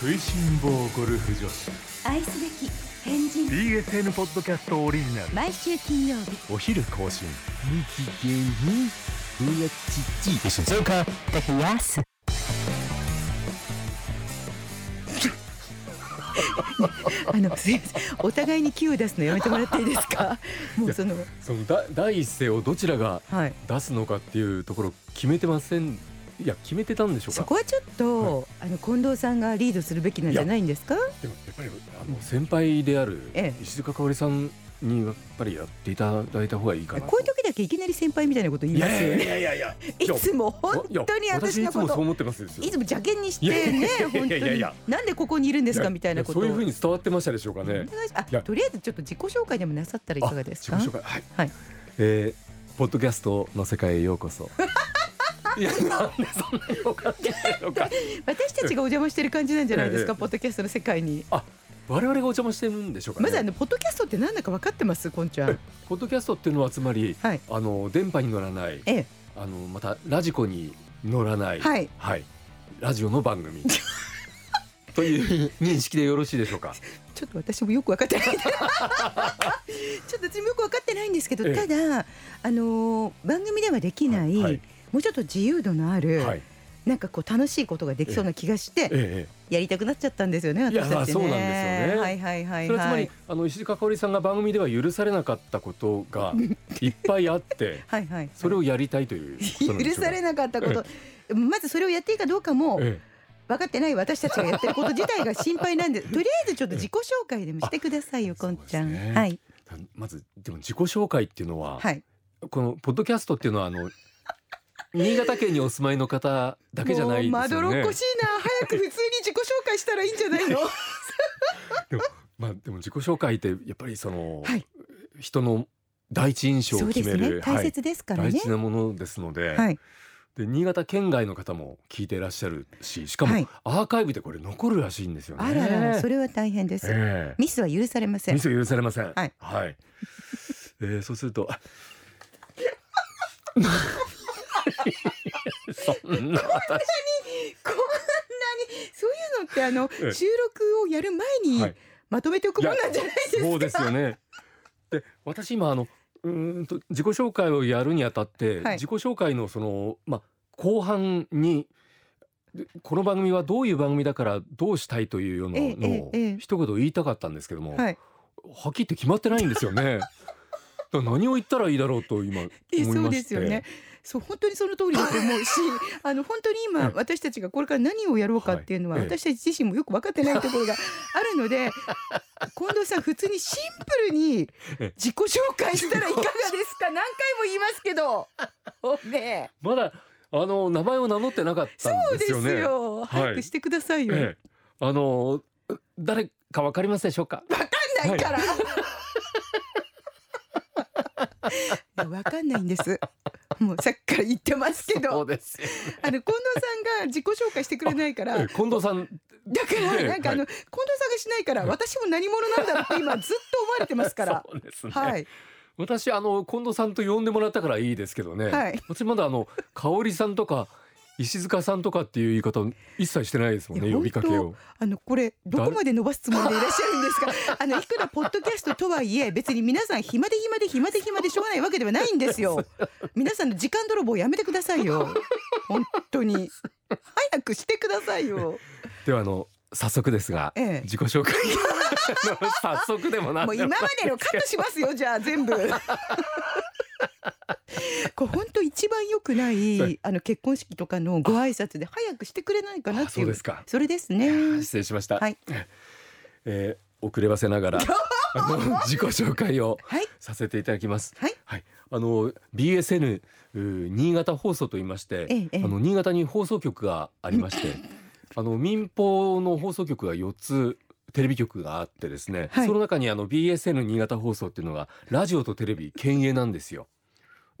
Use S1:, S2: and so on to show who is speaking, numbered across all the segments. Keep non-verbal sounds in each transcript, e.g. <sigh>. S1: 食いしん坊ゴルフ女子
S2: 愛すべき変人
S3: BSN ポッドキャストオリジナル
S2: 毎週金曜日
S1: お昼更新
S4: 無期限にうわちっち
S1: 静岡
S2: 冷やす <laughs> あのすいませんお互いに気を出すのやめてもらっていいで
S5: <laughs>
S2: すかもうその
S5: そのだ第一声をどちらが
S2: はい
S5: 出すのかっていうところ決めてませんいや決めてたんでしょう
S2: そ
S5: か
S2: こはちょっと、あの近藤さんがリードするべきなんじゃないんですか
S5: でもやっぱりあの先輩である
S2: ええ
S5: 石塚香織さんにやっぱりやっていただいた方がいいかなと
S2: こういう時だけいきなり先輩みたいなこと言い
S5: い
S2: ますよ
S5: やい
S2: ね
S5: やいやいや
S2: い
S5: いや
S2: つも本
S5: いや
S2: 当に私の
S5: い
S2: こ
S5: つもそう
S2: と
S5: 思ってますですよ
S2: いつも邪険にし
S5: いや
S2: て
S5: い
S2: ね
S5: やいや
S2: 本当
S5: いやい
S2: に
S5: や
S2: なんでここにいるんですかみたいなことを
S5: やそういうふうに伝わってましたでしょうかね
S2: お願いしあ
S5: いや
S2: とりあえずちょっと自己紹介でもなさったらいかがですか
S5: 自己紹介はい、
S2: はい
S5: えーポッドキャストの世界へようこそいやなんでそんなに分かってないのか
S2: 私たちがお邪魔してる感じなんじゃないですか、
S5: ええ
S2: ポッドキャストの世界に。
S5: <laughs> 我々がお邪魔してるんでしょうかね
S2: まずあのポッドキャストって何だか分かってます、こんちゃん。
S5: ポッドキャストっていうのはつまり、
S2: はい
S5: あの電波に乗らない
S2: ええ、
S5: あのまたラジコに乗らない、
S2: はい
S5: ラジオの番
S2: <laughs>
S5: 組という認識でよろしいでしょうか。
S2: ちょっと私もよく分かって <laughs> ない。ちょっと私もよく分かってないんですけど、
S5: ええ
S2: ただ、あのー番組ではできない、
S5: はい
S2: もうちょっと自由度のある、
S5: はい、
S2: なんかこう楽しいことができそうな気がして、
S5: え
S2: やりたくなっちゃったんですよね、
S5: いや
S2: 私たちね。
S5: そうなんですよね
S2: はいはいは
S5: え、
S2: い
S5: それはつま
S2: は
S5: り、
S2: い。
S5: あの石塚香織さんが番組では許されなかったことがいっぱいあ
S2: <laughs>
S5: って、
S2: はいはい。
S5: それをやりたいということなんでしょう
S2: 許
S5: か。
S2: されなかったこと、まずそれをやっていいかどうかも、
S5: え
S2: 分かってない私たちがやってること自体が心配なんでとりあえずちょっと自己紹介でもしてくださいよこんちゃ
S5: そ
S2: ん、
S5: うですね
S2: はい
S5: えまずでも自己紹介っていうのは、
S2: はい
S5: このポッドキャストっていうのはあ
S2: <laughs>
S5: の新潟県にお住まいの方だけじゃないですよね。
S2: もうまどろっこしいな早く普通に自己紹介したらいいんじ
S5: <laughs>
S2: ゃないの
S5: まあでも自己紹介ってやっぱりその、
S2: はい
S5: 人の第一印象を
S2: そうで
S5: 決
S2: す
S5: め
S2: ね
S5: る、
S2: 大
S5: はい
S2: 切ですから
S5: 大
S2: ね
S5: 事なものですので,、
S2: はい
S5: で新潟県外の方も聞いていらっしゃるししかも
S2: はい
S5: アーカイブでこれ残るらしいんですよね。
S2: あらららそれは大変です、
S5: ええ
S2: ミスは許されません
S5: ミスが許されません。
S2: はい、
S5: <laughs> えーそうすると
S2: <laughs>
S5: あそんな私
S2: こんなにそういうのってあの
S5: ええ
S2: 収録をやる前
S5: は
S2: に
S5: い
S2: まとめておくもんなんじゃないですか、
S5: そうですよね。で私今あのうーんと自己紹介をやるにあたって、
S2: はい
S5: 自己紹介のそのまあ後半にでこの番組はどういう番組だからどうしたいというような
S2: ええ
S5: のを
S2: ええええ
S5: 一言言いたかったんですけども、
S2: はい
S5: はっきり言って決まってないんですよね。だから何を言ったらいいだろうと今思
S2: え
S5: いまして。
S2: そうですよね。そう本当にその通りだ
S5: <laughs>
S2: と思うし、あの本当に
S5: え
S2: 今
S5: え
S2: 私たちがこれから何をやろうかっていうのは、
S5: はいええ
S2: 私たち自身もよく分かってないところがあるの
S5: <laughs>
S2: で、近藤さん普通にシンプルに
S5: ええ
S2: 自己紹介したらいかがです
S5: <laughs>
S2: か。何回も言いますけど、おねえ、
S5: まだあの名前を名乗ってなかった
S2: そ
S5: ん
S2: う
S5: で
S2: ですす
S5: よね。
S2: よ。
S5: はい
S2: 早くしてくださいよ。
S5: ええあの誰かわかりますでしょうか。
S2: 分かんないから。い <laughs> や分かんないんです。もうさっきから言ってますけ
S5: そ
S2: ど、
S5: うですよ
S2: あの近藤さんが自己紹介してくれないから
S5: ええ。近藤さん
S2: だから
S5: ええ
S2: なんかあの、近藤さんがしないから
S5: はい
S2: 私も何者なんだろうって今ずっと思われてますから。
S5: <laughs> そうですね。
S2: はい
S5: 私あの近藤さんと呼んでもらったからいいですけどね。
S2: はい。
S5: 私まだあの香織さんとか石塚さんとかっていう言い方一切してないですもん
S2: い
S5: ね
S2: や
S5: 呼びかけを。
S2: あのこれどこまで伸ばすつもりでいらっしゃるんですか。あのいくらポッドキャストとはいえ別に皆さん暇で暇で暇で暇でしょうがないわけではないんで
S5: <laughs>
S2: すよ。皆さんの時間泥棒やめてくださいよ。本当
S5: <laughs>
S2: に早くしてくださいよ。
S5: ではあの早速ですが、
S2: ええ
S5: 自己紹介 <laughs> 早速でもな
S2: <laughs> もう今ま <laughs> でのカットしますよじゃあ全部。これ本当一番良くないあの結婚式とかのご挨拶で早くしてくれないかな
S5: あ
S2: って
S5: そ
S2: いうう。
S5: ですか。
S2: それです
S5: い
S2: ね
S5: や。ー失礼しました。
S2: はい
S5: <laughs> えー遅ればせな <laughs> がらあの自己紹介を
S2: はい
S5: させていただきます。
S2: はい
S5: あの BSN うー新潟放送と言いまして、
S2: ええええ
S5: あの新潟に放送局がありまして、
S2: <laughs>
S5: あの民放の放送局が4つテレビ局があってですね、
S2: はい
S5: その中にあの BSN 新潟放送っていうのがラジオとテレビ兼営なんですよ。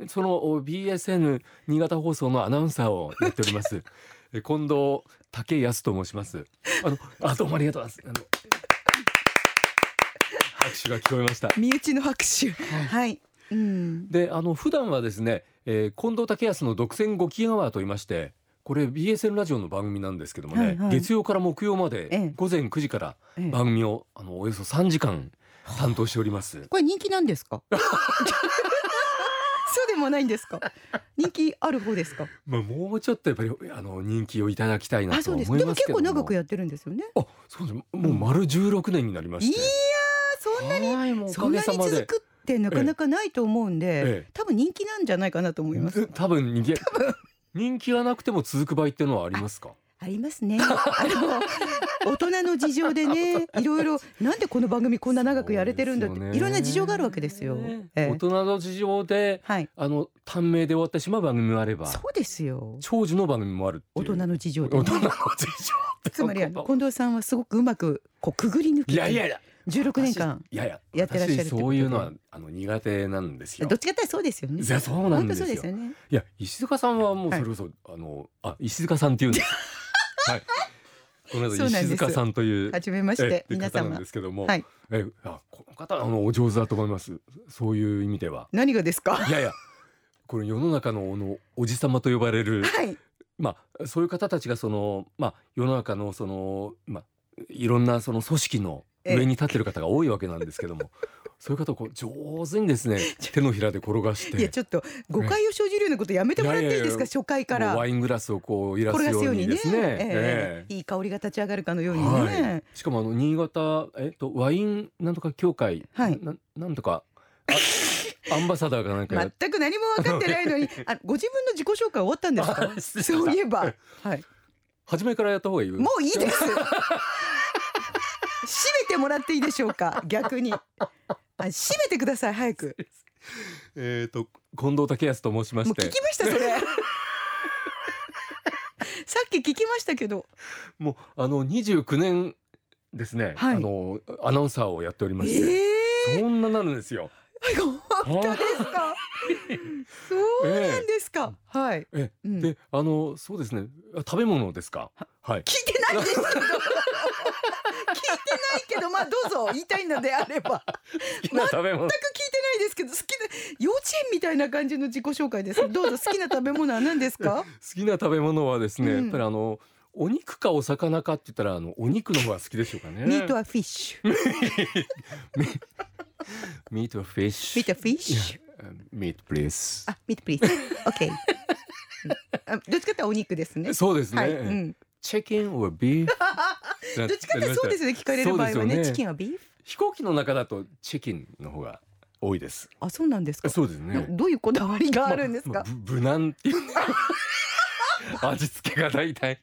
S5: そのお BSN 新潟放送のアナウンサーをやっており
S2: <laughs>
S5: ます。え近藤武康と申します。あのあどうもありがとうござい
S2: <laughs>
S5: ます。あの拍手が聞こえました。
S2: 身内の拍手。はい。うん。
S5: であの普段はですね、えー近藤武康の独占ご機嫌アワーと言いましてこれ BSN ラジオの番組なんですけどもね、
S2: はいはい
S5: 月曜から木曜ま
S2: え
S5: で
S2: え
S5: 午前9時から
S2: ええ
S5: 番組をあのおよそ3時間担当しております。
S2: <sighs> これ人気なんです <laughs> かそうでもないんですか人気ある方ですか
S5: まあもうちょっとやっぱりあの人気をいただきたいな
S2: あ
S5: と
S2: そう
S5: 思い
S2: で
S5: ます
S2: す
S5: けども。
S2: でも結構長くやってるんですよね
S5: あ、そうです。もう丸16年になりま
S2: い
S5: し
S2: やー
S5: て。
S2: そんなに
S5: はいもうお
S2: そ
S5: か
S2: んな
S5: げ
S2: に
S5: さま
S2: 続
S5: で。
S2: くってなかなかないと思うんで、
S5: ええ
S2: 多分人気なんじゃないかなと思います、
S5: ず多分人気人気がなくても続く場合っていうのはありますか。
S2: あります
S5: <laughs>
S2: ねあの大人の事情でねいろいろなんでこの番組こんな長くやれてるんだっ
S5: そうですよね
S2: ていろんな事情があるわけですよ、え
S5: 大
S2: え、
S5: 人の事情で
S2: はい
S5: あの短命で終わってしまう番組もあれば
S2: そうですよ
S5: 長寿の番組もあるって
S2: 大
S5: いう
S2: 人の事情で、
S5: 大
S2: ね
S5: 人、の事情って
S2: つまりあの
S5: 言葉
S2: 近藤さんはすごくうまくこうくぐり抜けて
S5: いやいやいや
S2: 16年間
S5: いやいや
S2: やってらっしゃるっ
S5: 私
S2: てことで
S5: そういうのはあの苦手なんですよ
S2: どっちかってそうですよね
S5: いやそうなんで
S2: 本
S5: す
S2: 当そ
S5: よ
S2: うですよね
S5: いや石塚さんはもうそれこそ、あのあ石塚さんって
S2: <laughs>
S5: いうんですはいこの
S2: そ
S5: 後
S2: うなんです
S5: 石塚さんという
S2: はじめまし
S5: え
S2: て
S5: え
S2: 皆
S5: 方なん
S2: 様
S5: ですけども、
S2: はい
S5: えあこの方はあのお上手だと思いますそういう意味では
S2: 何がですか
S5: いやいやこれ世の中のあのおじさまと呼ばれ
S2: <laughs>
S5: る
S2: はい
S5: まあそういう方たちがそのまあ世の中のそのまあいろんなその組織の上に立ってる方が多いわけなんですけど
S2: <laughs>
S5: も、そういう方をこう上手にですね手のひらで転がして
S2: いやちょっと誤解を生じるようなことやめてもらっていいですか
S5: いやいやいや
S2: 初回か
S5: も
S2: ら
S5: うワイングラスをこういらす
S2: 転が
S5: よ
S2: す
S5: う
S2: よう
S5: に
S2: にね
S5: ですね。
S2: え
S5: え
S2: え
S5: え
S2: いい香りが立ち上がるかのように
S5: は
S2: ね
S5: い、しかもあの新潟えっとワインなんとか協会、
S2: はい
S5: ななんとかあアンバサダーかなんかやっ
S2: 全く何も分かってない
S5: <laughs>
S2: のにあご自分の自己紹介終わったんですか
S5: あ失礼しまし
S2: そ
S5: た
S2: ういえばはい
S5: 初めからやった方がいい
S2: もういいです締めてもらっていいでしょうか逆にあ締めてください早く
S5: えっ、と近藤武康と申しま
S2: もう
S5: して
S2: 聞きましたそ
S5: <laughs>
S2: れさっき聞きましたけど
S5: もうあの29年ですね、
S2: はい
S5: あのアナウンサーをやっておりま
S2: え
S5: し
S2: え
S5: て、そんななるんですよ。
S2: 本当ですかそうなんですか、はい
S5: え
S2: うん
S5: であのそうですねあ食べ物ですかはい
S2: 聞いてないですけど聞いてないけどまあどうぞ言いたいのであれば
S5: 好きな食べ物
S2: 全く聞いてないですけど好きな幼稚園みたいな感じの自己紹介ですどうぞ好きな食べ物は何です
S5: 好
S2: か
S5: きな食べ物はですね、
S2: うん
S5: やっぱりあのお肉かお魚かって言ったらあのお肉の方が好きでしょうかね。
S2: <laughs> ミートはフィッシュ
S5: ミートフィッシ
S2: ミー
S5: ュ。
S2: トフィッシュ
S5: ミートプレス。
S2: あミートプリーズオッケーあどっちかってお肉ですね
S5: そうですね。
S2: はい、うん、
S5: チキン or beef
S2: <laughs> どっちかってそうですよね聞かれる場合は
S5: そうです
S2: ね
S5: よね
S2: チキンはビーフ
S5: 飛行機の中だとチキンの方が多いです。
S2: あそうなんですか
S5: そうです
S2: ど。どういうこだわりがあるんです
S5: まあ
S2: か、
S5: ぶ無難っていう <laughs> 味付けが大体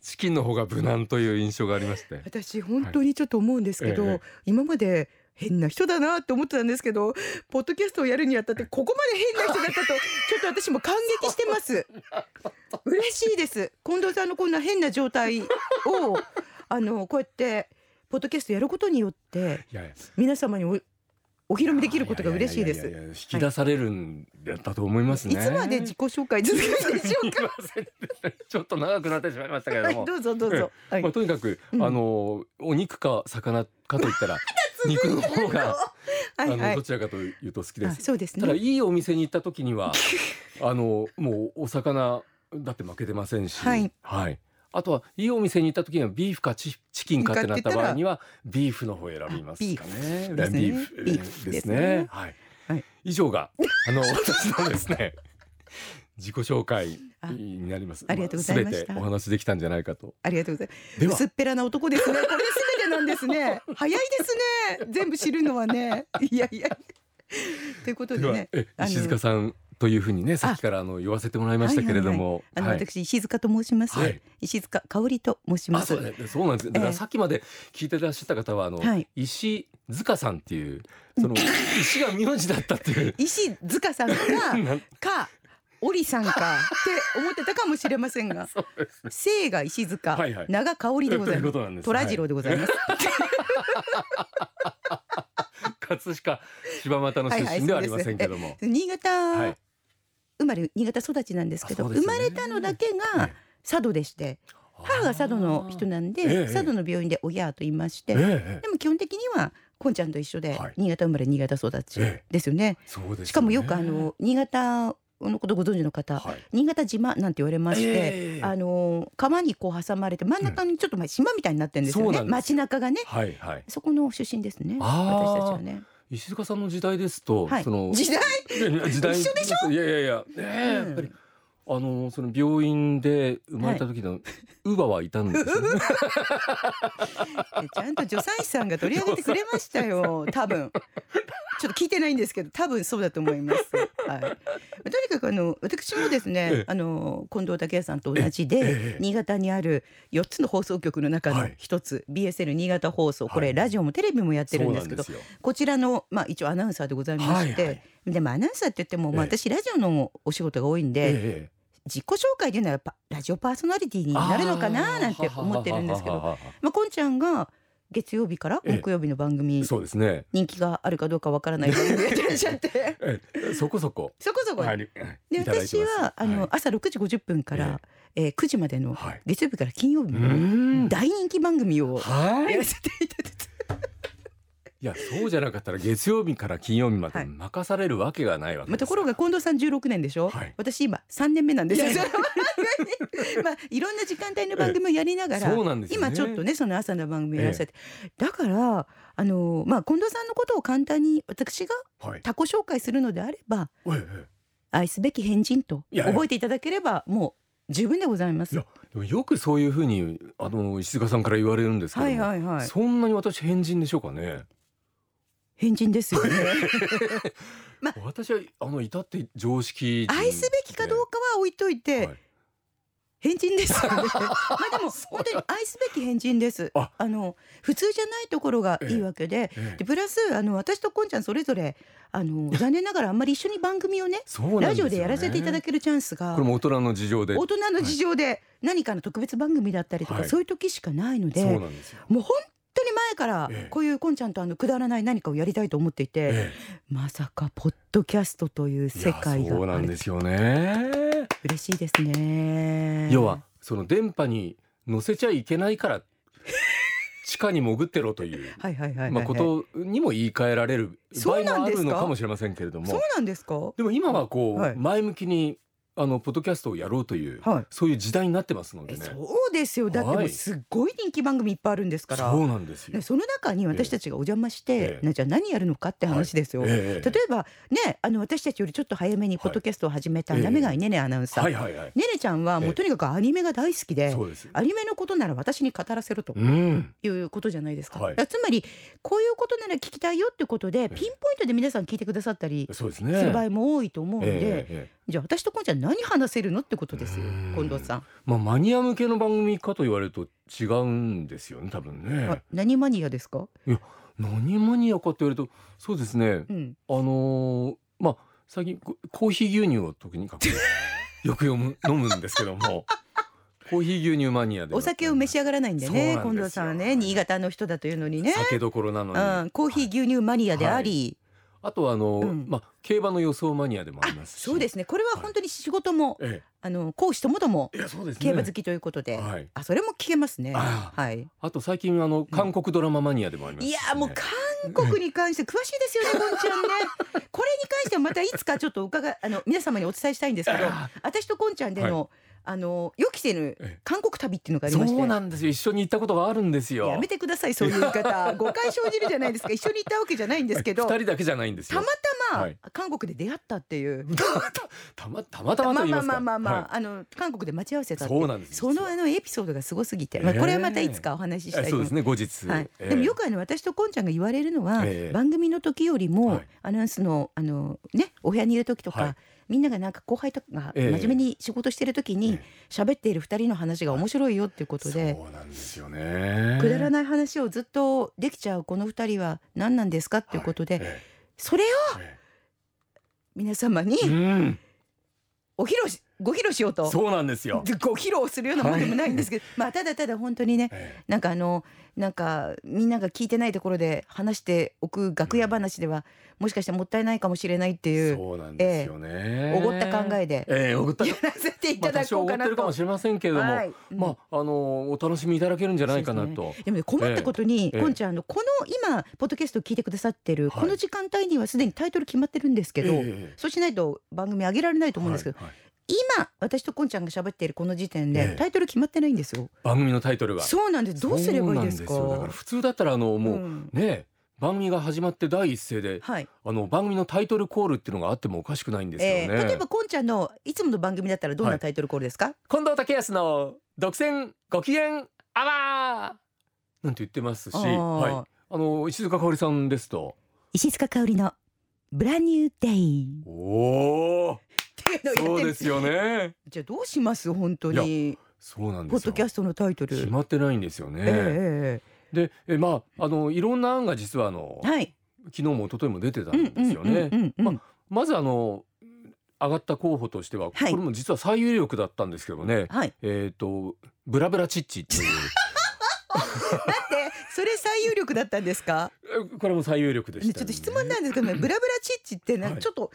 S5: チキンの方が無難という印象がありまして。
S2: 私本当にちょっと思うんですけど、
S5: ええ
S2: 今まで変な人だなって思ってたんですけどポッドキャストをやるにあたってここまで変な人だ
S5: <laughs>
S2: ったとちょっと私も感激してます嬉しいです近藤さんのこんな変な状
S5: <laughs>
S2: 態をあのこうやってポッドキャストやることによって
S5: いやいや
S2: 皆様におお披露目できることが嬉しいで
S5: やや
S2: す
S5: やいや引き出されるんだったと思います
S2: い
S5: ね。
S2: つまで自己紹介続けるんでしょう
S5: すいませんでした <laughs> ちょっと長くなってしまいましたけれ
S2: か、
S5: ども。
S2: はい、どうぞどうぞ、はい
S5: まあ、とにかく、
S2: うん
S5: あのお肉か魚かと言
S2: <laughs>
S5: ったら肉の方が
S2: はい
S5: あ
S2: は
S5: の
S2: い
S5: どちらかというと好きで
S2: あ
S5: す。
S2: そうです
S5: ただい
S2: ね
S5: いお店に行った時に
S2: <laughs>
S5: はあのもうお魚だって負けてませんし、
S2: はい
S5: あとはいいお店に行った時にはビーフかチチキンかってなった場合にはビーフの方を選びますかね。
S2: あビーフ
S5: ビ
S2: で
S5: ー
S2: す
S5: フです
S2: ねビーフです
S5: ね
S2: ね。
S5: はい
S2: はい。
S5: 以上
S2: <laughs>
S5: があの私のですね自己紹介
S2: あ
S5: になります。
S2: ありがとうございました
S5: あ全てお話できたんじゃないかと。
S2: ありがとうございます
S5: では
S2: 薄っぺらな男ですね。これすべてなんで
S5: <laughs>
S2: すね。早いですね。全部知るのはね。いやいや。ということ
S5: で
S2: で
S5: は
S2: ね。
S5: え
S2: あの
S5: 石塚さんというふうにねさっきからあの言わせてもらいましたけれども
S2: あの、
S5: はい
S2: 私石塚と申します。
S5: はい
S2: 石塚香織と申しま
S5: あ
S2: す。
S5: そうだねそうなんですだか
S2: え
S5: ら
S2: え
S5: さっきまで聞いてらっしゃった方はあの、
S2: はい
S5: 石塚さんっていうその石が名字だったって
S2: <laughs>
S5: いう
S2: 石塚さんか
S5: なん
S2: か織さんかって思ってたかもしれませんが、
S5: <laughs> そうです
S2: 姓が石塚、
S5: はいはい
S2: 長香織でござい
S5: というこ
S2: ます。
S5: となんです
S2: 虎次郎
S5: はい
S2: でございます。
S5: 葛飾柴又の出
S2: はいはい
S5: 身ではありませんけども、
S2: 新
S5: は
S2: 潟
S5: い
S2: 生まれ新潟育ちなんですけど、
S5: あそうです
S2: 生
S5: よ
S2: ま
S5: ね
S2: れたのだけが
S5: ええ
S2: 佐渡でして。母が佐渡の
S5: で、
S2: 人なんで、
S5: ええ
S2: 佐渡の病院で親と言いまして、
S5: えええ
S2: でも基本的にはこんちゃんと一緒で、
S5: はい
S2: 新潟生まれ新潟育ち
S5: ええ
S2: ですよね、
S5: えそうですよね
S2: しかもよくあの新潟のことご存知の方、
S5: はい
S2: 新潟島なんて言われまして、
S5: ええ
S2: あの川にこう挟まれて真ん中にちょっとまあ島みたいになってるんですよ
S5: そう
S2: ね、
S5: なんです
S2: 街中がね
S5: はいはい
S2: そこの出身ですね
S5: あー
S2: 私たちはね、
S5: 石塚さんの時代ですと、
S2: はい
S5: その
S2: 時代、
S5: 代時代
S2: 一緒でし
S5: ょいやいやいや、ねえ
S2: うん
S5: やっぱりあのその病院で生まれた時の、乳母はいたんですよね
S2: ちゃんと助産師さんが取り上げてくれましたよ多分ちょっと聞いてないんですけど多分そうだと思います、はい、とにかくあの私もですね、
S5: ええ
S2: あの近藤武也さんと同じで、新潟にある4つの放送局の中の一つ、BSL 新潟放送これ、
S5: はい
S2: ラジオもテレビもやってるんですけど
S5: そうなんで
S2: こちらの、まあ、一応アナウンサーでございまして、
S5: はいはい
S2: でもアナウンサーって言っても、まあ、
S5: ええ
S2: 私ラジオのお仕事が多いんで、
S5: え
S2: 自己紹介でいうのはやっぱラジオパーソナリティになるのかななんて思ってるんですけど、
S5: ど
S2: まあ、こんちゃんが月曜日から
S5: ええ
S2: 木曜日の番組、
S5: そうですね
S2: 人気があるかどうかわからない番組やってらっしゃって
S5: <laughs> ええそこそこ
S2: そこそこ、
S5: はい
S2: で
S5: いただいてます
S2: 私はあの、
S5: はい
S2: 朝6時50分から、えー9時までの
S5: はい
S2: 月曜日から金曜日
S5: う
S2: の
S5: ん
S2: 大人気番組を
S5: はい
S2: やらせていただいて、
S5: いやそうじゃなかったら月曜日から金曜日まで任されるわけがないわけ
S2: まあ、
S5: です
S2: と
S5: よ、
S2: ころが近藤さん16年でしょ、
S5: はい
S2: 私今3年目なんですよ。
S5: いやいや
S2: <laughs> まあいろんな時間帯の番組をやりながら、
S5: そうなんですよね
S2: 今ちょっとねその朝の番組やらせて、だからあのまあ近藤さんのことを簡単に私が
S5: はい
S2: 他己紹介するのであれば
S5: ええ
S2: 愛すべき変人と
S5: いやいや
S2: 覚えていただければもう十分でございま
S5: い
S2: す。
S5: やでもよくそういうふうにあの石塚さんから言われるんですけど
S2: は
S5: も、
S2: いはいはい。
S5: そんなに私変人でしょうかね
S2: 変人で
S5: <laughs>
S2: すよね。
S5: 私はあの至って常識人
S2: 愛すべきかどうかは置いといて、
S5: はい
S2: 変人です
S5: <laughs>
S2: よね。まあでも本当に愛すべき変人です。あ
S5: あ
S2: の普通じゃないところがいいわけ
S5: え
S2: で、
S5: え
S2: でプラスあの私とこんちゃんそれぞれあの残念ながらあんまり一緒に番組をね
S5: そうなんですよね
S2: ラジオでやらせていただけるチャンスが
S5: これも大人の事情で
S2: 大人の事情で何かの特別番組だったりとか、
S5: はい
S2: そういう時しかないので、
S5: そうなんですよ、
S2: もう本当に前から
S5: ええ
S2: こういうこんちゃんとあのくだらない何かをやりたいと思っていて、
S5: え
S2: まさかポッドキャストという
S5: え
S2: 世界
S5: いやそう
S2: が
S5: な
S2: あ
S5: ん
S2: る
S5: ですよね
S2: 嬉しいですね。
S5: 要はその電波に乗せちゃいけないから地下に潜ってろという
S2: はいはいはいはいはい、
S5: まあことにも言い換えられる場
S2: そう
S5: 合
S2: なん
S5: もあ
S2: ですか
S5: るのかもしれませんけれど
S2: そう
S5: も
S2: なんですか。は
S5: でも今はこ
S2: はいう
S5: 前向きにあのポッドキャストをやろうという
S2: い。
S5: そういう時代になってますので
S2: え
S5: ね
S2: そうですよ。だっても
S5: は
S2: う
S5: い
S2: すっごい人気番組いっぱいあるんですから。
S5: そうなんですよ
S2: ね、その中に私たちがお邪魔して、
S5: ええ
S2: なじゃあ何やるのかって話ですよ。
S5: え
S2: 例えばねあの私たちよりちょっと早めにポッドキャストを始めた、
S5: はい
S2: ダメがいねねアナウンサー、
S5: はいはいはい
S2: ねねちゃんはもうとにかくアニメが大好きで、
S5: そうです
S2: アニメのことなら私に語らせろと
S5: うん
S2: いうことじゃないですか,、
S5: はい
S2: つまりこういうことなら聞きたいよってことでピンポイントで皆さん聞いてくださったり
S5: そうです
S2: す
S5: ね
S2: る場合も多いと思うんで、
S5: ええええ
S2: じゃあ私とこんちゃん何話せるのってことですよ
S5: うん
S2: 近藤さん、
S5: まあマニア向けの番組かと言われると違うんですよね多分
S2: あ
S5: ね
S2: 何マニアですか、
S5: 何マニアかって言われるとそうですね
S2: うん、
S5: あのーまあ最近ココーヒー牛乳を時にか
S2: <laughs>
S5: けてよく飲む飲むんですけどもコーヒー牛乳マニアで
S2: お酒を召し上がらないんでね
S5: そうなんですよ
S2: 近藤さんはね新潟の人だというのにね、
S5: 酒どころなのに、
S2: うん、コーヒー牛乳マニアであり、
S5: あとはあの、
S2: うん
S5: まあ競馬の予想マニアでもありますし
S2: そうですねこれは本当に仕事も、
S5: え
S2: あの講師ともども
S5: えいやそうですね
S2: 競馬好きということで、
S5: はい
S2: あそれも聞けますね
S5: ああ
S2: はい
S5: あと最近あの韓国ドラママニアでもあります
S2: い
S5: しね、
S2: やもう韓国に関して詳しいですよ
S5: <laughs>
S2: ね、こんちゃんね。これに関してはまたいつかちょっとお伺い、あの皆様にお伝えしたいんですけど、私とこんちゃんでの、あの予期せぬ
S5: ええ
S2: 韓国旅っていうのがあり
S5: そ
S2: まして。
S5: うなんですよ一緒に行ったことがあるんですよ
S2: やめてくださいそういう言
S5: <laughs>
S2: い方誤解生じるじゃないですか一緒に行ったわけじゃないんですけど
S5: 二
S2: た
S5: 人だけじゃないんですよ
S2: またま、
S5: はい
S2: 韓国で出会ったっていう
S5: たまたまた
S2: ま
S5: ま
S2: あま
S5: と
S2: あ
S5: 言い
S2: ま
S5: ま
S2: あ
S5: すか
S2: まあまあ、
S5: は
S2: あの韓国で待ち合わせたって
S5: そうなんです
S2: そのあのエピソードがすごすぎて、まあ、これはまたいつかお話し
S5: い
S2: した
S5: え
S2: いと
S5: そう
S2: 思い
S5: で
S2: ます
S5: すね後日、
S2: はい、
S5: ええ
S2: でもよくあの私とこんちゃんが言われるのは、
S5: ええ
S2: 番組の時よりも、
S5: はい
S2: アナウンスのあの、ね、お部屋にいる時とか、
S5: はい
S2: みんながなんか後輩とかが
S5: え
S2: 真
S5: え
S2: 面目に仕事してる時に
S5: え
S2: 喋、っている二人の話が面白いよっていうことで、
S5: そうなんですよね
S2: くだら
S5: な
S2: ない話をずっとできちゃうこの二人は何なんですかっていうことで、
S5: え
S2: それを
S5: ええ
S2: 皆様に
S5: えうん
S2: お披露しご披露しようと
S5: そうなんですよ。
S2: ご披露するようなものでもないんですけど、まあただただ本当にね
S5: え
S2: なんかあのなんかみんなが聞いてないところで話しておく楽屋話では、もしかしてもったいないかもしれないって
S5: え
S2: いう
S5: そうなんですよね。
S2: おごった考えで
S5: ええおごった
S2: <laughs> やらせてい
S5: ま
S2: た
S5: あ
S2: だ
S5: 多少
S2: こ
S5: お
S2: う
S5: ごって
S2: かなと。
S5: るかもしれませんけれども、
S2: はいうん
S5: まああのお楽しみいただけるんじゃないかなと。
S2: でもね困ったことに、
S5: ええ
S2: こんちゃんあのこの今ポッドキャストを聞いてくださってる、
S5: はい
S2: この時間帯にはすでにタイトル決まってるんですけど、
S5: ええ
S2: そうしないと番組上げられないと思うんですけど、
S5: はいはい
S2: 今私とこんちゃんが喋っているこの時点
S5: え
S2: で
S5: え
S2: タイトル決まってないんですよ。
S5: 番組のタイトルが
S2: そうなんですどうすればいいですか。
S5: そうなんですよだから普通だったらあのもう、
S2: うん
S5: ね番組が始まって第一声で
S2: はい、
S5: あの番組のタイトルコールっていうのがあってもおかしくないんですよね。
S2: えー例えばこんちゃんのいつもの番組だったらどん
S5: は
S2: ないタイトルコールですか、
S5: 近藤武康の独占ご機嫌アワーなんて言ってますし、
S2: あー
S5: はい、あの石塚香織さんですと、
S2: 石塚香織のブランニューデイ
S5: おお、
S2: っていうのを
S5: そう
S2: や
S5: で
S2: って
S5: すよね。
S2: <laughs> じゃあどうします本当に
S5: そうなんで
S2: ポッ
S5: す
S2: ド
S5: よ。
S2: キャストのタイトル
S5: 決まってないんですよね。
S2: えええ
S5: で、えまああのいろんな案が実はあの、
S2: えはい
S5: 昨日も一昨日も出てた
S2: うんん
S5: で
S2: うん
S5: すよね。
S2: うんうんうん
S5: まずあの上がった候補としては、
S2: はい
S5: これも実は最有力だったんですけどね。
S2: はい
S5: えっ、とブラブラチッチっていう。
S2: だってそれ最有力だったんですか
S5: えこれも最有力でした、
S2: ね
S5: ね。
S2: ちょっと質問なんです
S5: <laughs>
S2: けどねブラブラチッチってな
S5: は
S2: んか
S5: い
S2: ちょっと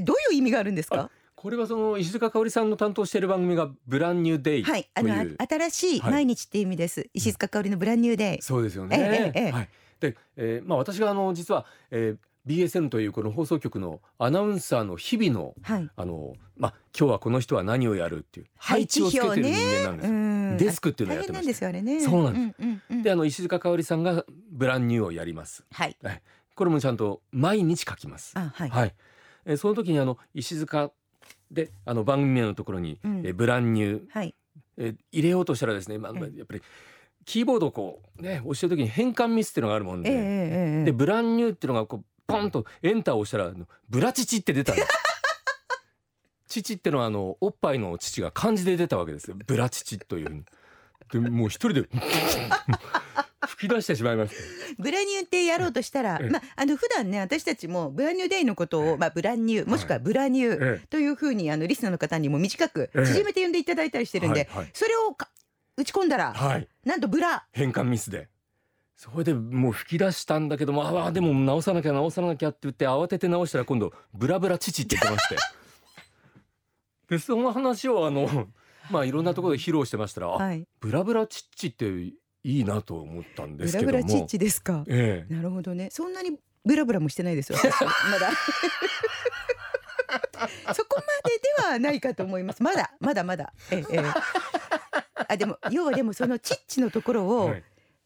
S2: どういう意味があるんですか
S5: これはその石塚香織さんの担当している番組が「ブランニューデイ」という、
S2: はいあのあ新しい
S5: はい
S2: 毎日っていう意味です石塚香織のブランニューデイ
S5: そうですよ
S2: ええええ
S5: ね。はい、で、えーまあ、私があの実は、えー、BSN というこの放送局のアナウンサーの日々の
S2: はい
S5: あの、まあ、今日はこの人は何をやるっていう
S2: 配
S5: 配
S2: 置
S5: 置をつけて
S2: 表
S5: る
S2: ね
S5: 人間なんですよ。
S2: ん
S5: デスクっていうのを
S2: 大
S5: やって
S2: 変な
S5: ま
S2: んで
S5: し
S2: すよあれね
S5: そうなん
S2: です、うんうんうん
S5: た。であの石塚香織さんが「ブランニュー」をやります。
S2: はい
S5: これもちゃんと毎日書きます。
S2: あはい、
S5: はい、えーその時にあの石塚であの番組名のところに、
S2: うん
S5: えーブランニュー
S2: はい
S5: えー入れようとしたらですね、まあ、まあ
S2: え
S5: やっぱりキーボードをこうね押してる時に変換ミスっていうのがあるもんで、
S2: ええええええ
S5: でブランニューっていうのがこうポンとエンターを押したらあのブラチチって出たんです <laughs> 父ってのはあのおっぱいの父が漢字で出たわけですよブラチチというふうにでもう一人で <laughs> 吹き出してしまいました
S2: ブラニューってやろうとしたら、
S5: ええ
S2: まあ、あの普段ね私たちもブランニューデイのことを、まあ、ブランニューもしくはブラニュー
S5: え
S2: というふうにあのリスナーの方にも短く
S5: ええ
S2: 縮めて呼んでいただいたりして
S5: え
S2: るんで、
S5: はい
S2: それをか打ち込んだら、
S5: はいはい
S2: なんとブラ
S5: 変換ミスでそれでもう吹き出したんだけどもああでも直さなきゃ直さなきゃって言って慌てて直したら今度ブラブラ父って言ってまして <laughs> でその話をあのまあいろんなところで披露してましたら、あ
S2: はい
S5: ブラブラチッチっていいなと思ったんで
S2: ブ
S5: す
S2: ラ
S5: け
S2: ブ
S5: ども
S2: ラチッチですか
S5: ええ
S2: なるほどねそんなにブラブラもしてな
S5: <laughs>
S2: いですよ私まだ <laughs> そこまでではないかと思いますまだまだまだええええあでも要はでもそのチッチのところを、
S5: はい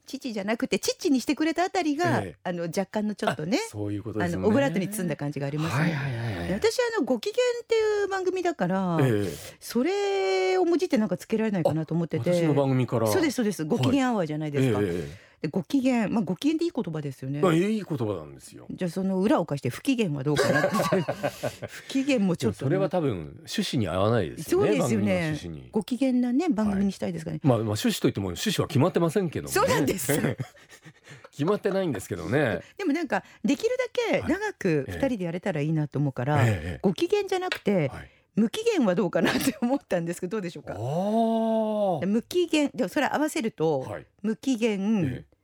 S2: 父じゃなくてチッチにしてくれたあたりが、
S5: ええ
S2: あの若干のちょっとね
S5: そういうこと
S2: あ
S5: ですよね
S2: のオブラートに包んだ感じがありますね。
S5: はいはいはいはい
S2: 私あのご機嫌っていう番組だから、
S5: え
S2: それをもじってなんかつけられないかなと思っ
S5: え
S2: てて
S5: 私の番組から
S2: そうです
S5: す
S2: そうですご機嫌アワーじゃないですか、
S5: え
S2: でご機嫌まあご機嫌っていい言葉ですよね、
S5: えまあいい言葉なんですよ
S2: じゃあその裏を返して不機嫌はどうかなって
S5: <laughs>
S2: 不機嫌もち
S5: ち
S2: ょ
S5: ょ
S2: っ
S5: っ
S2: と
S5: とそ
S2: ね、
S5: れは多分趣旨に合わないです
S2: そ
S5: よ
S2: う
S5: ね
S2: です
S5: 番
S2: よ
S5: 組の
S2: ね
S5: 趣旨に
S2: ご機嫌なね番組にしたいですかね、
S5: まあまあ趣旨といっても趣旨は決まってませんけどもね
S2: そうなんです
S5: <laughs> 決まってないんですけどね
S2: でもなんかできるだけ
S5: はい
S2: 長く二人でやれたらいいなと思うから、
S5: え
S2: ご機嫌じゃなくて
S5: えはい
S2: 無期限はどうかなって思ったんですけどどうでしょうか
S5: おー
S2: 無期限でもそれ合わせると、
S5: はい
S2: 無期限、
S5: ええ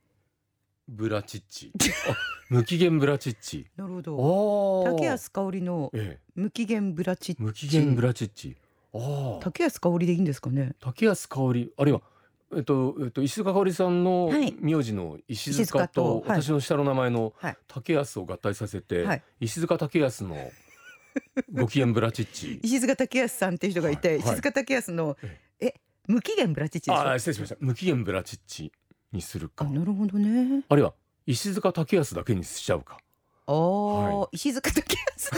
S5: ブラチッチあ無期限ブラチッチ
S2: なるほど
S5: おー
S2: 竹安香織の
S5: ええ
S2: 無期限ブラチッチ
S5: 無期限ブラチッチ。ああ。
S2: 竹安香織でいいんですかね
S5: 竹安香織、あるいは。えっと、えっと、石塚香織さんの
S2: はい
S5: 名字の石
S2: 石
S5: 塚
S2: 塚と
S5: と、
S2: はい
S5: 私の下の名前の
S2: はい
S5: 竹安を合体させて。
S2: はい
S5: 石塚竹安の。ご機嫌ブラチッチ。
S2: 石塚竹安さんっていう人がいて、
S5: はいはい
S2: 石塚竹安の
S5: え
S2: え無期限ブラチッチでしょ
S5: ああ、失礼しました。無期限ブラチッチにする
S2: あ
S5: か。
S2: なるほどね
S5: あるいは。石塚竹安だけにしちゃうか。
S2: ああ、
S5: は
S2: 石塚竹安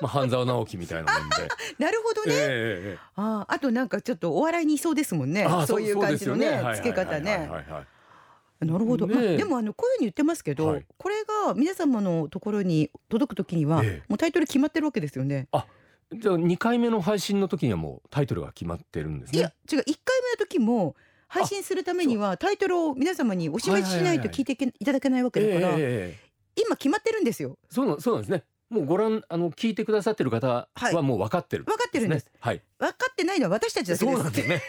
S5: まあ、半沢直樹みたいなもん <laughs> で。
S2: なるほど
S5: ええ
S2: ね、
S5: えええ
S2: あああとなんかちょっとお笑いにいそうですもん
S5: え
S2: ね
S5: ああ
S2: そういう感じのね
S5: そうです
S2: つ
S5: よ
S2: け方ね、
S5: はいはいはいはいはい
S2: なるほど、まあ、
S5: ねえ
S2: でもあのこういうふうに言ってますけど、
S5: はい
S2: これが皆様のところに届くときには、
S5: ええ
S2: もうタイトル決まってるわけですよね
S5: じゃあ2回目の配信の時にはもうタイトルが決まってるんです
S2: い
S5: ね。
S2: や違う1回目の時も配信するためにはタイトルを皆様にお示ししないと聞いていけいただけないわけだか
S5: え
S2: ら、
S5: えええええ
S2: 今決まってるんですよ
S5: そうなんそうなんですね。もうご覧あの聞いてくださってる方
S2: はい
S5: はもう分かってる、
S2: 分かってるんです。
S5: はい。
S2: 分かってないのは私たちだけ
S5: そ
S2: で
S5: う
S2: す
S5: なんです <laughs> ね。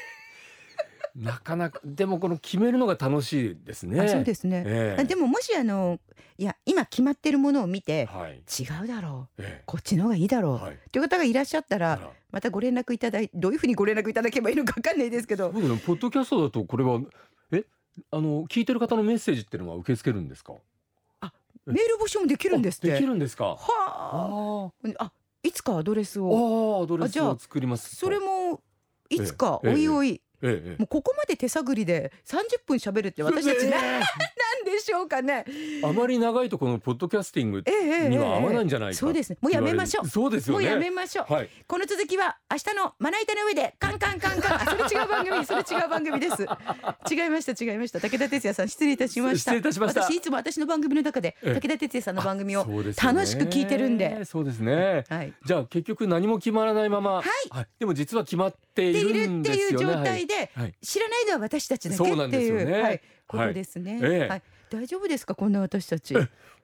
S5: なかなかでもこの決めるのが楽しいですね。
S2: あそうですね。
S5: ええ
S2: あでももしあのいや今決まってるものを見て
S5: はい。
S2: 違うだろう
S5: え
S2: こっちの方がいいだろ
S5: え
S2: う、
S5: はい。
S2: という方がいらっしゃった
S5: あ
S2: ら
S5: ら
S2: またご連絡いただいどういうふうにご連絡いただけばいいのかわかんないですけど
S5: 僕ねポッドキャストだとこれはえあの聞いてる方のメッセージっていうのは受け付けるんですか。
S2: メール募集もできるんですって。
S5: あできるんですか。
S2: は
S5: あ
S2: ああいつかアドレス
S5: あ
S2: を
S5: ー。アドレ
S2: あじ
S5: ス
S2: ゃ
S5: を
S2: あ
S5: 作りますと。
S2: それ
S5: も。
S2: もいつか
S5: ええ
S2: おいおい、
S5: ええ。
S2: もうここまで手探りで30分喋るって私たちな
S5: <laughs> え
S2: なんでしょうかね。
S5: えあまり長いとこのポッドキャスティング
S2: ええええええ
S5: には合わないんじゃないか。
S2: そうですね。もうやめましょう。
S5: そうです
S2: も
S5: よ
S2: う
S5: ね。
S2: やめましょう。
S5: はい。
S2: この続きは明日のまな板の上でカンカンカンカンあそれ違う
S5: <laughs>
S2: 番組それ違う番組です違いました違いました武田鉄矢さん失礼いたしまし
S5: 失
S2: た
S5: 礼いたしました
S2: 私いつも私の番組の中で
S5: ええ
S2: 武田鉄矢さんの番組を
S5: そうですよね
S2: 楽しく聞いてるんで。
S5: そうですね。
S2: はい
S5: じゃあ結局何も決まらないまま、
S2: い
S5: でも実は決まって
S2: っ
S5: い
S2: て
S5: る
S2: いる
S5: ん
S2: って
S5: です
S2: いう
S5: よね。
S2: 状
S5: はい
S2: 態で
S5: はい
S2: 知らないのは私たちだけ
S5: そうなん
S2: って
S5: です
S2: い
S5: よ
S2: う
S5: ね
S2: はいことですね
S5: はいええ
S2: はい大丈夫ですかこんな私たち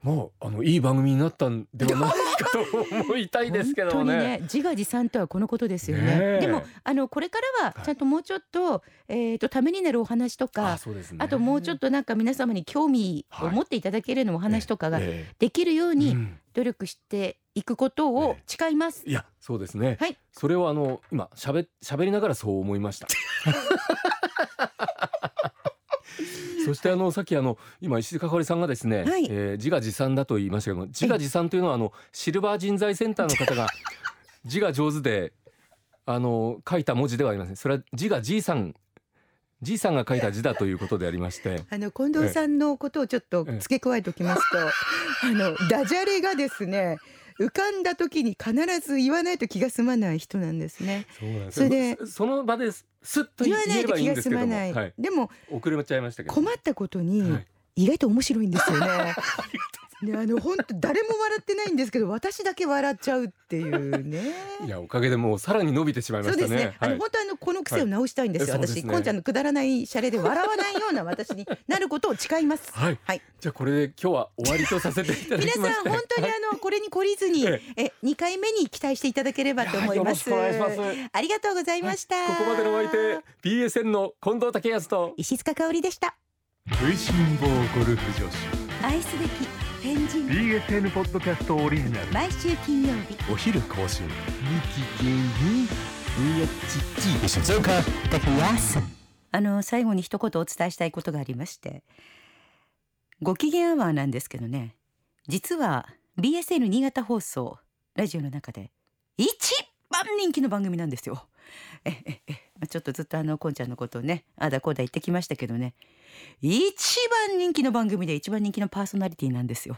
S5: もうあのいい番組になったんではないかと思いたいですけども
S2: 本当に
S5: ね。
S2: ね自画自賛とはこのことですよね
S5: ねえ
S2: でもあのこれからはちゃんともうちょっと、えっ、とためになるお話とか
S5: あ、そうですね。
S2: あともうちょっとなんか皆様に興味を持っていただけるようなお話とかが
S5: え
S2: できるよう
S5: えう
S2: に
S5: ん
S2: 努力していくことを誓います。
S5: いやそうですね。
S2: はい
S5: それをあの今喋喋りながらそう思いま
S2: <laughs>
S5: した。そしてあのさっきあの今石井かかりさんがですね、
S2: はい
S5: えー自画自賛だと言いましたけども自画自賛というのはあのシルバー人材センターの方が字が上手であの書いた文字ではありませんそれは字がじいさんじいさんが書いた字だということでありまして
S2: あの近藤さんのことをちょっと付け加えておきますと、あのダジャレがですね浮かんだ時に必ず言わないと気が済まない人なんですね。
S5: そうなんです
S2: それで
S5: そその場ですすっと
S2: 言
S5: 言
S2: わな
S5: え
S2: い
S5: ば
S2: と
S5: い
S2: 気
S5: いん
S2: が
S5: です
S2: 済
S5: け
S2: ま
S5: ども、
S2: ない。
S5: はい、
S2: でも
S5: 遅れちゃいましたけど
S2: 困ったことに
S5: はい
S2: 意外と面白いんで
S5: <laughs>
S2: すよね。ねあの本当誰も笑ってないんですけど私だけ笑っちゃうっていうね。
S5: いやおかげでもうさらに伸びてしまいま
S2: そう
S5: し
S2: で
S5: た
S2: す
S5: ね。
S2: ね。あ
S5: は
S2: の
S5: い
S2: 本当あのこの癖を直したいんですよ。
S5: はいそうで
S2: 私
S5: すね
S2: こんちゃんのくだらないシャレで笑わないような私になることを誓います。
S5: はい
S2: はい。
S5: じゃあこれで今日は終わりとさせていただきま
S2: 皆
S5: して。
S2: さん本当にあのこれに懲りずに
S5: え
S2: え二回目に期待していただければと思います。
S5: よろしくお願いします。
S2: ありがとうございました。
S5: ここまでのお相手 BSN の近藤武康と
S2: 石塚香織でした。
S1: 食いしん坊ゴルフ女子
S6: 愛すべき変人
S3: BSN ポッドキャストオリジナル
S6: 毎週金曜日
S1: お昼更新
S4: 日芸にブヤチッチ
S6: あの最後に一言お伝えしたいことがありましてご機嫌アワーなんですけどね実は BSN 新潟放送ラジオの中で一番人気の番組なんですよ。えええまあちょっとずっとあのこんちゃんのことをねああだこうだ言ってきましたけどね一番人気の番組で一番人気のパーソナリティなんですよ。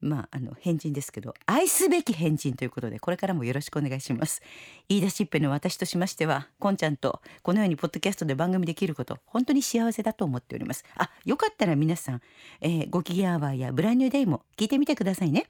S6: まああの変人ですけど愛すべき変人ということでこれからもよろしくお願いします。言い出しっぺの私としましてはこんちゃんとこのようにポッドキャストで番組できること本当に幸せだと思っておりますあよかったら皆さん、えーご機嫌アワーやブランニューデイも聞いてみてくださいね